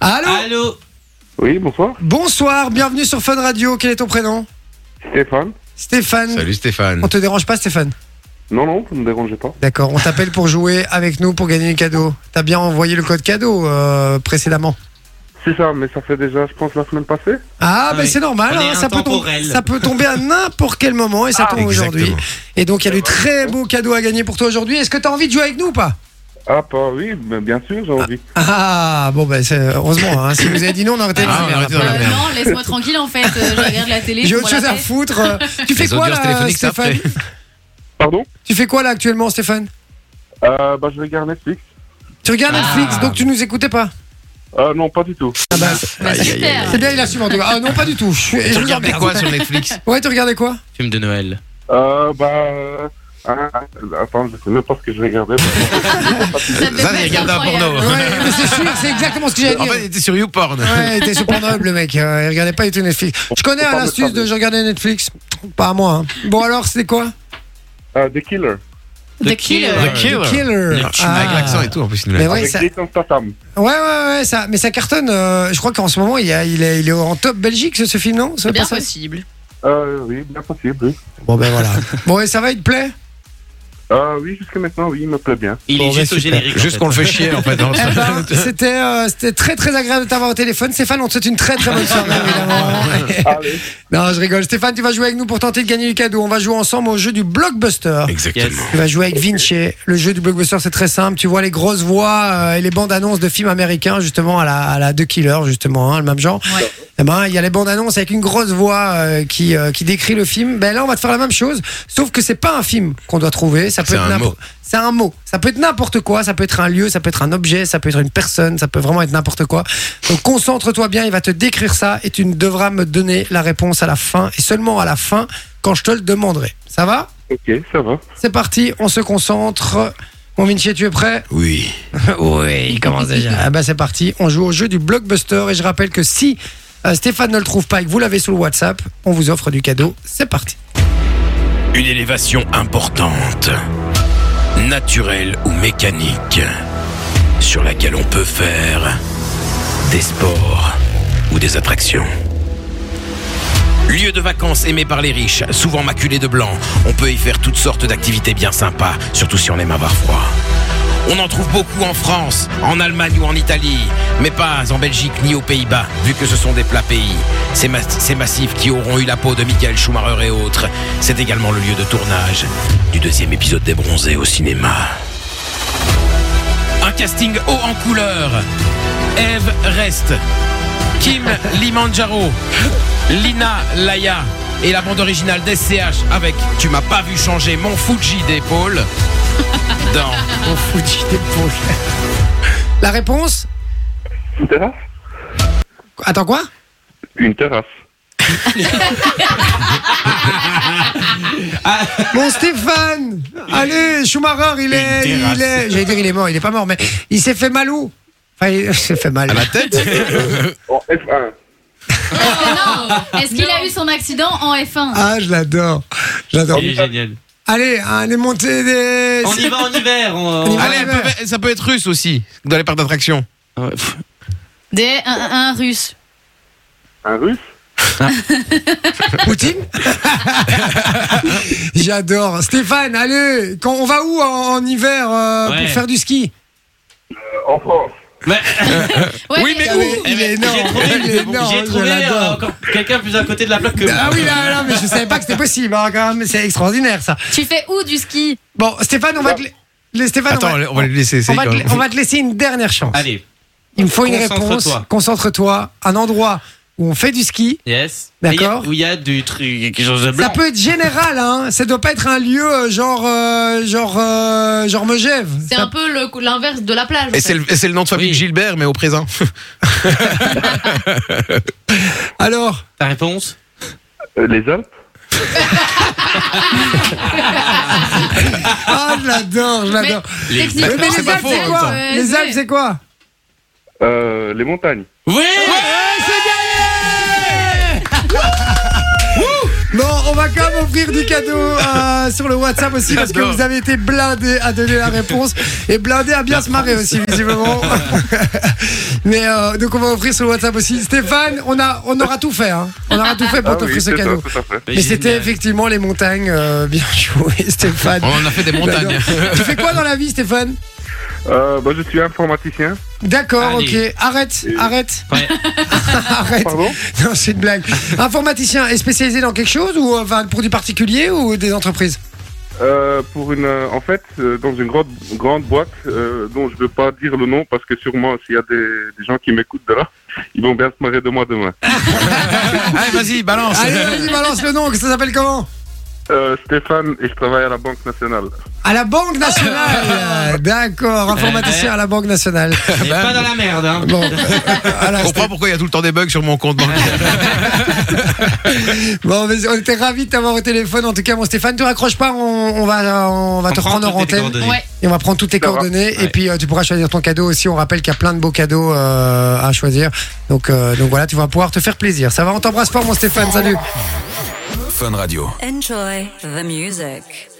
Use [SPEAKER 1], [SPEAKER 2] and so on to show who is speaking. [SPEAKER 1] Allô
[SPEAKER 2] Allô
[SPEAKER 3] Oui, bonsoir.
[SPEAKER 1] Bonsoir, bienvenue sur Fun Radio. Quel est ton prénom
[SPEAKER 3] Stéphane
[SPEAKER 1] Stéphane.
[SPEAKER 4] Salut Stéphane.
[SPEAKER 1] On te dérange pas, Stéphane
[SPEAKER 3] Non, non, vous ne me dérangez pas.
[SPEAKER 1] D'accord, on t'appelle pour jouer avec nous pour gagner les cadeaux. T'as bien envoyé le code cadeau euh, précédemment.
[SPEAKER 3] C'est ça, mais ça fait déjà, je pense, la semaine passée.
[SPEAKER 1] Ah,
[SPEAKER 2] Ouais.
[SPEAKER 1] mais c'est normal,
[SPEAKER 2] On est
[SPEAKER 1] hein, ça, peut tomber,
[SPEAKER 2] intemporel.
[SPEAKER 1] ça peut tomber à n'importe quel moment et ça tombe aujourd'hui.
[SPEAKER 4] Ah, Exactement.
[SPEAKER 1] Et donc il y a du très beau cadeau à gagner pour toi aujourd'hui. Est-ce que t'as envie de jouer avec nous ou pas
[SPEAKER 3] Ah, pas oui, mais bien sûr, j'ai envie.
[SPEAKER 1] Ah, bon, ben c'est- heureusement, hein, si vous avez dit non, on aurait été
[SPEAKER 4] Ah, on aurait été dans la
[SPEAKER 5] Euh,
[SPEAKER 4] merde.
[SPEAKER 5] non, laisse-moi tranquille en fait. euh, je regarde la télé.
[SPEAKER 1] J'ai
[SPEAKER 5] je
[SPEAKER 1] autre
[SPEAKER 5] prends
[SPEAKER 1] chose
[SPEAKER 5] la
[SPEAKER 1] à
[SPEAKER 5] paix.
[SPEAKER 1] foutre. Euh, tu fais
[SPEAKER 4] Les
[SPEAKER 1] quoi
[SPEAKER 4] audiences
[SPEAKER 1] là,
[SPEAKER 4] téléphoniques, c'est
[SPEAKER 1] Stéphane
[SPEAKER 4] après.
[SPEAKER 3] Pardon
[SPEAKER 1] Tu fais quoi là actuellement, Stéphane
[SPEAKER 3] euh, Bah, je regarde Netflix.
[SPEAKER 1] Tu regardes
[SPEAKER 2] Ah.
[SPEAKER 1] Netflix, donc tu nous écoutais pas
[SPEAKER 3] Euh, non, pas du tout.
[SPEAKER 1] Ah bah,
[SPEAKER 5] Bah, super.
[SPEAKER 1] c'est bien, il assume en tout cas. Ah non, pas du tout. Je, suis- je
[SPEAKER 4] Tu
[SPEAKER 1] vous
[SPEAKER 4] regardais
[SPEAKER 1] emmerde.
[SPEAKER 4] quoi sur Netflix
[SPEAKER 1] Ouais, tu regardais quoi
[SPEAKER 2] Film de Noël.
[SPEAKER 3] Euh, bah. euh, ah, ah, attends, je sais même pas ce que je regardais.
[SPEAKER 5] Ça, devait
[SPEAKER 4] Ça,
[SPEAKER 5] pas
[SPEAKER 4] il
[SPEAKER 5] être
[SPEAKER 4] regarde un
[SPEAKER 5] incroyable.
[SPEAKER 4] porno.
[SPEAKER 1] Ouais, mais c'est sûr, c'est exactement ce que j'allais
[SPEAKER 4] En
[SPEAKER 1] dire.
[SPEAKER 4] fait, il était sur YouPorn.
[SPEAKER 1] Ouais, il était sur Pornhub, le mec. Euh, il regardait pas du tout Netflix. Je connais
[SPEAKER 3] Faut pas me
[SPEAKER 1] l'astuce de
[SPEAKER 3] parler.
[SPEAKER 1] je regardais Netflix. Pas à moi. hein. Bon, alors, c'était quoi
[SPEAKER 3] euh, The Killer,
[SPEAKER 5] The Killer.
[SPEAKER 4] The Killer.
[SPEAKER 1] Killer. Ah.
[SPEAKER 4] Avec l'accent et tout, en plus, il nous l'a
[SPEAKER 1] Mais
[SPEAKER 4] dit.
[SPEAKER 1] ouais,
[SPEAKER 3] avec
[SPEAKER 1] ça, ouais,
[SPEAKER 3] Jason Statham.
[SPEAKER 1] ouais, ouais, ça, mais ça cartonne. euh, je crois qu'en ce moment, il, y a- il est, il est en top Belgique, ce, ce film, non Ça
[SPEAKER 5] C'est
[SPEAKER 1] va
[SPEAKER 5] bien
[SPEAKER 1] pas ça
[SPEAKER 5] possible.
[SPEAKER 3] Euh, oui, bien possible, oui.
[SPEAKER 1] Bon, ben voilà. bon, et ça va, il te plaît
[SPEAKER 3] Euh, oui, jusqu'à maintenant, oui, il me plaît bien.
[SPEAKER 2] Il
[SPEAKER 1] Bon,
[SPEAKER 2] est
[SPEAKER 1] bah,
[SPEAKER 2] juste au
[SPEAKER 1] super.
[SPEAKER 2] générique. en
[SPEAKER 4] Juste
[SPEAKER 2] fait.
[SPEAKER 4] qu'on le fait chier, en fait. dans le-
[SPEAKER 1] Eh ben, c'était, euh, c'était très très agréable de t'avoir au téléphone. Stéphane, on te souhaite une très très bonne soirée, évidemment.
[SPEAKER 3] Allez.
[SPEAKER 1] non, je rigole. Stéphane, tu vas jouer avec nous pour tenter de gagner du cadeau. On va jouer ensemble au jeu du blockbuster.
[SPEAKER 2] Yes.
[SPEAKER 4] Exactement.
[SPEAKER 1] Tu vas jouer avec Vinci. Le jeu du blockbuster, c'est très simple. Tu vois les grosses voix euh, et les bandes annonces de films américains, justement, à la, à la The Killer, justement, hein, le même genre.
[SPEAKER 5] Ouais.
[SPEAKER 1] Eh ben, il y a les bandes annonces avec une grosse voix euh, qui, euh, qui décrit le film. Ben là, on va te faire la même chose, sauf que c'est pas un film qu'on doit trouver. Ça peut
[SPEAKER 4] C'est
[SPEAKER 1] être
[SPEAKER 4] un
[SPEAKER 1] n'importe-
[SPEAKER 4] mot.
[SPEAKER 1] C'est un mot. Ça peut être n'importe quoi. Ça peut être un lieu, ça peut être un objet, ça peut être une personne, ça peut vraiment être n'importe quoi. Donc concentre-toi bien. Il va te décrire ça et tu ne devras me donner la réponse à la fin et seulement à la fin quand je te le demanderai. Ça va
[SPEAKER 3] Ok, ça va.
[SPEAKER 1] C'est parti. On se concentre. Mon Vinci, tu es prêt
[SPEAKER 4] Oui.
[SPEAKER 1] oui, il commence déjà. Ah bah c'est parti, on joue au jeu du blockbuster et je rappelle que si euh, Stéphane ne le trouve pas et que vous l'avez sous le WhatsApp, on vous offre du cadeau. C'est parti.
[SPEAKER 6] Une élévation importante, naturelle ou mécanique, sur laquelle on peut faire des sports ou des attractions. Lieu de vacances aimé par les riches, souvent maculé de blanc, on peut y faire toutes sortes d'activités bien sympas, surtout si on aime avoir froid. On en trouve beaucoup en France, en Allemagne ou en Italie, mais pas en Belgique ni aux Pays-Bas, vu que ce sont des plats pays. Ces, ma- ces massifs qui auront eu la peau de Michael Schumacher et autres, c'est également le lieu de tournage du deuxième épisode des Bronzés au cinéma. Un casting haut en couleur. Eve Rest, Kim Limanjaro, Lina Laya et la bande originale d'SCH avec Tu m'as pas vu changer mon Fuji d'épaule dans
[SPEAKER 1] On fout des poules. La réponse
[SPEAKER 3] Une terrasse
[SPEAKER 1] Attends quoi
[SPEAKER 3] Une terrasse.
[SPEAKER 1] Mon Stéphane Allez, Schumacher, il est. Il est J'allais dire il est mort, il est pas mort, mais il s'est fait mal où Enfin, il s'est fait mal.
[SPEAKER 4] À la tête
[SPEAKER 3] En F1.
[SPEAKER 5] Non. Est-ce qu'il a eu son accident en F1
[SPEAKER 1] Ah, je l'adore. J'adore.
[SPEAKER 2] Il est génial.
[SPEAKER 1] Allez, allez, montez des.
[SPEAKER 2] On y va en hiver. on-
[SPEAKER 1] On y va.
[SPEAKER 4] Allez, elle peut- ça peut être russe aussi, dans les parcs d'attraction.
[SPEAKER 2] Ouais, pff.
[SPEAKER 5] Des un, un, un russe.
[SPEAKER 3] Un russe
[SPEAKER 1] Poutine J'adore. Stéphane, allez, quand on va où en, en hiver euh,
[SPEAKER 2] Ouais.
[SPEAKER 1] pour faire du ski
[SPEAKER 3] Euh, En France.
[SPEAKER 2] Ouais,
[SPEAKER 5] Ouais,
[SPEAKER 4] Oui, mais
[SPEAKER 1] Ah
[SPEAKER 4] où
[SPEAKER 1] oui, Il est
[SPEAKER 2] j'ai
[SPEAKER 1] énorme.
[SPEAKER 2] trouvé-
[SPEAKER 1] Il est énorme.
[SPEAKER 2] J'ai
[SPEAKER 1] je
[SPEAKER 2] trouvé
[SPEAKER 1] l'adore.
[SPEAKER 2] euh, encore quelqu'un plus à côté de la plaque que
[SPEAKER 1] Ah oui, là, là, mais je savais pas que c'était possible. hein, quand même, c'est extraordinaire ça.
[SPEAKER 5] tu fais où du ski
[SPEAKER 1] Bon, Stéphane, on va te, la- les- Stéphane,
[SPEAKER 4] Attends,
[SPEAKER 1] Bah, on va,
[SPEAKER 4] on va lui laisser
[SPEAKER 1] on
[SPEAKER 4] essayer.
[SPEAKER 1] va
[SPEAKER 4] quand
[SPEAKER 1] te,
[SPEAKER 4] même.
[SPEAKER 1] on va te laisser une dernière chance.
[SPEAKER 2] Allez,
[SPEAKER 1] Il me faut une réponse.
[SPEAKER 2] Concentre-toi.
[SPEAKER 1] Concentre-toi. Un endroit où on fait du ski.
[SPEAKER 2] yes.
[SPEAKER 1] D'accord.
[SPEAKER 2] Mais il y a- Où il y a du truc, quelque chose de blanc.
[SPEAKER 1] Ça peut être général, hein. Ça doit pas être un lieu euh, genre, euh, genre, euh, genre Megève.
[SPEAKER 5] C'est un peu le- l'inverse de la plage. en
[SPEAKER 4] Et
[SPEAKER 5] fait.
[SPEAKER 4] c'est le, et c'est le nom de famille
[SPEAKER 2] Oui.
[SPEAKER 4] de Gilbert, mais au présent.
[SPEAKER 1] Alors.
[SPEAKER 2] Ta réponse
[SPEAKER 3] Euh, les Alpes
[SPEAKER 1] Ah, je l'adore, je l'adore.
[SPEAKER 5] Techniquement,
[SPEAKER 1] Mais, mais
[SPEAKER 4] c'est
[SPEAKER 1] les
[SPEAKER 4] pas
[SPEAKER 1] Alpes,
[SPEAKER 4] faux, hein.
[SPEAKER 1] c'est
[SPEAKER 4] en
[SPEAKER 1] quoi
[SPEAKER 5] même temps.
[SPEAKER 1] Les Alpes, c'est quoi
[SPEAKER 3] euh, Les montagnes.
[SPEAKER 2] Oui
[SPEAKER 1] Bon, on va va quand même offrir du cadeau euh, sur le WhatsApp aussi parce que
[SPEAKER 4] J'adore.
[SPEAKER 1] vous avez été blindé à donner la réponse et blindé à bien se marrer aussi visiblement. Mais euh, donc on va offrir sur le WhatsApp aussi. Stéphane, on a on aura tout fait, hein. on aura tout fait pour
[SPEAKER 3] Ah
[SPEAKER 1] t'offrir
[SPEAKER 3] oui,
[SPEAKER 1] ce
[SPEAKER 3] c'est ça,
[SPEAKER 1] cadeau.
[SPEAKER 3] tout à fait.
[SPEAKER 1] Mais c'était
[SPEAKER 2] Génial.
[SPEAKER 1] effectivement les montagnes. euh, bien joué, Stéphane.
[SPEAKER 4] On en a fait des montagnes.
[SPEAKER 1] tu fais quoi dans la vie, Stéphane
[SPEAKER 3] Euh, bah, je suis informaticien.
[SPEAKER 1] D'accord,
[SPEAKER 2] Allez.
[SPEAKER 1] ok. Arrête,
[SPEAKER 3] Euh,
[SPEAKER 1] arrête.
[SPEAKER 2] ouais.
[SPEAKER 1] arrête.
[SPEAKER 3] Pardon
[SPEAKER 1] Non, c'est une blague. Informaticien est spécialisé dans quelque chose ou euh, enfin, pour du particulier ou des entreprises
[SPEAKER 3] Euh, pour une, euh, en fait, euh, dans une grande, grande boîte euh, dont je ne veux pas dire le nom parce que sûrement s'il y a des, des gens qui m'écoutent de là, ils vont bien se marrer de moi demain.
[SPEAKER 4] Allez, vas-y, balance.
[SPEAKER 1] Allez, vas-y, balance le nom. Ça s'appelle comment
[SPEAKER 3] Euh, Stéphane et je travaille à la Banque Nationale.
[SPEAKER 1] À la Banque Nationale. Euh, D'accord, informaticien à la Banque Nationale.
[SPEAKER 2] Et pas dans la merde, hein.
[SPEAKER 1] Bon, voilà,
[SPEAKER 4] Je comprends pourquoi il y a tout le temps des bugs sur mon compte bancaire.
[SPEAKER 1] Bon, mais on était ravis de t'avoir au téléphone. En tout cas, mon Stéphane, tu raccroches pas, on, on va, on va te
[SPEAKER 2] prend
[SPEAKER 1] reprendre en
[SPEAKER 2] toutes les
[SPEAKER 1] antenne.
[SPEAKER 2] coordonnées.
[SPEAKER 5] Ouais.
[SPEAKER 1] Et on va prendre toutes tes
[SPEAKER 3] Ça va.
[SPEAKER 1] coordonnées. Et
[SPEAKER 2] Ouais.
[SPEAKER 1] puis, euh, tu pourras choisir ton cadeau aussi. On rappelle qu'il y a plein de beaux cadeaux euh, à choisir. Donc, euh, donc voilà, tu vas pouvoir te faire plaisir. Ça va, on t'embrasse fort, mon Stéphane. Salut.
[SPEAKER 6] Fun Radio.
[SPEAKER 7] Enjoy the music.